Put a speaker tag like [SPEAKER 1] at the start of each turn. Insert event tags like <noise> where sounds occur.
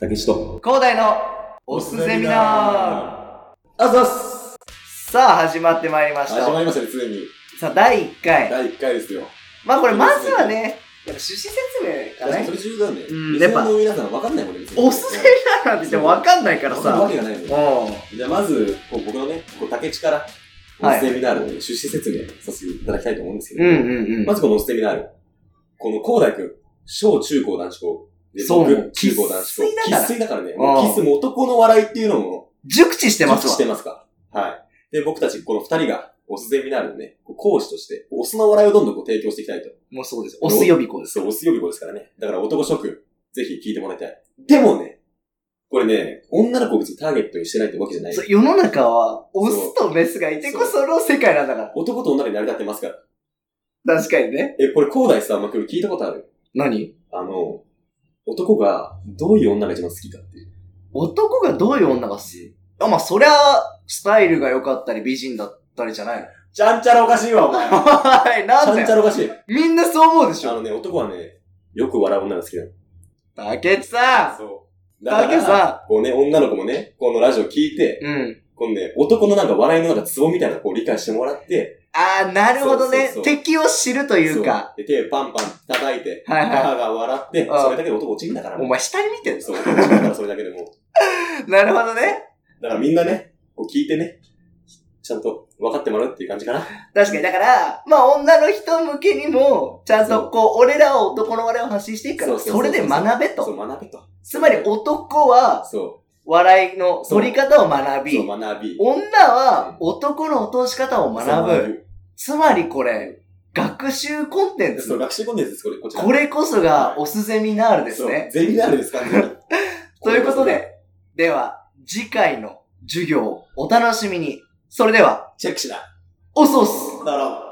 [SPEAKER 1] たけしと。
[SPEAKER 2] 広大のおすゼミナー
[SPEAKER 1] あざっす
[SPEAKER 2] さあ始まってまいりまし
[SPEAKER 1] 始ま
[SPEAKER 2] た
[SPEAKER 1] りましたね、ついに。
[SPEAKER 2] さあ第1回
[SPEAKER 1] 第1回ですよ。
[SPEAKER 2] まあこれまずはねやっぱ趣旨説明
[SPEAKER 1] 確
[SPEAKER 2] が
[SPEAKER 1] かに
[SPEAKER 2] ね
[SPEAKER 1] それ重要だね。
[SPEAKER 2] うん
[SPEAKER 1] リスナーの皆さん分かんないもんね。別に
[SPEAKER 2] おすゼミナーなんて言っても分かんないから
[SPEAKER 1] わかるわ
[SPEAKER 2] さ
[SPEAKER 1] けがないもん
[SPEAKER 2] うん
[SPEAKER 1] ね。じゃあまず、こう僕のね、こう竹内から、
[SPEAKER 2] はい
[SPEAKER 1] オスセミナールのね趣旨説明させていただきたいと思うんですけ
[SPEAKER 2] う
[SPEAKER 1] ど、
[SPEAKER 2] んうんうん
[SPEAKER 1] まずこのオスセミナール。この広大くん、小中高男子校。で、
[SPEAKER 2] そう
[SPEAKER 1] 僕、中高男子校
[SPEAKER 2] 生。粋だから
[SPEAKER 1] 生粋だからね。
[SPEAKER 2] ん
[SPEAKER 1] もう生粋も男の笑いっていうのも、
[SPEAKER 2] 熟知してます
[SPEAKER 1] し
[SPEAKER 2] わ
[SPEAKER 1] てますかはい。で、僕たち、この二人が、オスゼミナールのね、こう講師として、オスの笑いをどんどんこう提供していきたいと。
[SPEAKER 2] もうそうですおす予備校です
[SPEAKER 1] そう、オス予備校ですからね。だから男諸君、ぜひ聞いてもらいたい。でもね、これね、女の子を別にターゲットにしてないってわけじゃない
[SPEAKER 2] そ。う世の中はオスとメスがいてこその世界なんだか
[SPEAKER 1] 男と女に成り立ってますから。
[SPEAKER 2] ら確かにね
[SPEAKER 1] え、これ、広大さん、まあ、今日聞いたことある
[SPEAKER 2] 何
[SPEAKER 1] あの、男が、どういう女が一番好きかっていう。
[SPEAKER 2] 男がどういう女が好きあまあそりゃスタイルが良かったり美人だったりじゃないの <laughs>
[SPEAKER 1] ちゃんちゃらおかしいわ、お前。ち
[SPEAKER 2] はいなん
[SPEAKER 1] ゃん
[SPEAKER 2] だ
[SPEAKER 1] ちゃ
[SPEAKER 2] よ
[SPEAKER 1] らおかしい。あ
[SPEAKER 2] みんなそう思うでしょ
[SPEAKER 1] のね、男はね、よく笑う女が好きなの。
[SPEAKER 2] 竹内さん
[SPEAKER 1] そう。だか
[SPEAKER 2] 竹
[SPEAKER 1] ら、
[SPEAKER 2] 内さ
[SPEAKER 1] こうね、女の子もね、このラジオ聞いて、
[SPEAKER 2] んうん。
[SPEAKER 1] このね、男のなんか笑いのなんかツボみたいなのをこう理解してもらって、
[SPEAKER 2] ああ、なるほどね
[SPEAKER 1] そうそうそう。
[SPEAKER 2] 敵を知るというか。
[SPEAKER 1] そう。で、手パンパン叩いて、
[SPEAKER 2] は
[SPEAKER 1] <laughs>
[SPEAKER 2] いはい
[SPEAKER 1] 母が笑って、
[SPEAKER 2] ああ
[SPEAKER 1] それだけで男落ちるんだから。
[SPEAKER 2] お前下に見てる
[SPEAKER 1] そ
[SPEAKER 2] ぞ
[SPEAKER 1] う、。男落ちるんだからそれだけで
[SPEAKER 2] <laughs>
[SPEAKER 1] も。
[SPEAKER 2] なるほどね。
[SPEAKER 1] だからみんなね、こう聞いてね、ちゃんと分かってもらうっていう感じかな。
[SPEAKER 2] 確かに。だから、まあ女の人向けにも、ちゃんとこう、俺らを男の笑いを発信していくか
[SPEAKER 1] そ
[SPEAKER 2] ら、
[SPEAKER 1] うそうそ
[SPEAKER 2] そう
[SPEAKER 1] そう
[SPEAKER 2] れで学べ
[SPEAKER 1] そ
[SPEAKER 2] と。
[SPEAKER 1] う、学びと。
[SPEAKER 2] つまり男は、
[SPEAKER 1] そ
[SPEAKER 2] 笑いの
[SPEAKER 1] そう
[SPEAKER 2] 取り方を学
[SPEAKER 1] う、そ
[SPEAKER 2] び
[SPEAKER 1] う、、学び。
[SPEAKER 2] 女は男の落とし方を
[SPEAKER 1] そう
[SPEAKER 2] 学ぶ。つまりこれ、学習コンテン
[SPEAKER 1] ぶ。そう、
[SPEAKER 2] ツ。
[SPEAKER 1] 学習コンテンツです、これ。こちら。
[SPEAKER 2] これこそ
[SPEAKER 1] は
[SPEAKER 2] が
[SPEAKER 1] い
[SPEAKER 2] オスゼミナールですね。。
[SPEAKER 1] そうゼミナールです、完全に
[SPEAKER 2] <laughs> ということで、では、次回の授業をお楽しみに。それでは、
[SPEAKER 1] チェックしな。
[SPEAKER 2] おそうっす
[SPEAKER 1] だろう。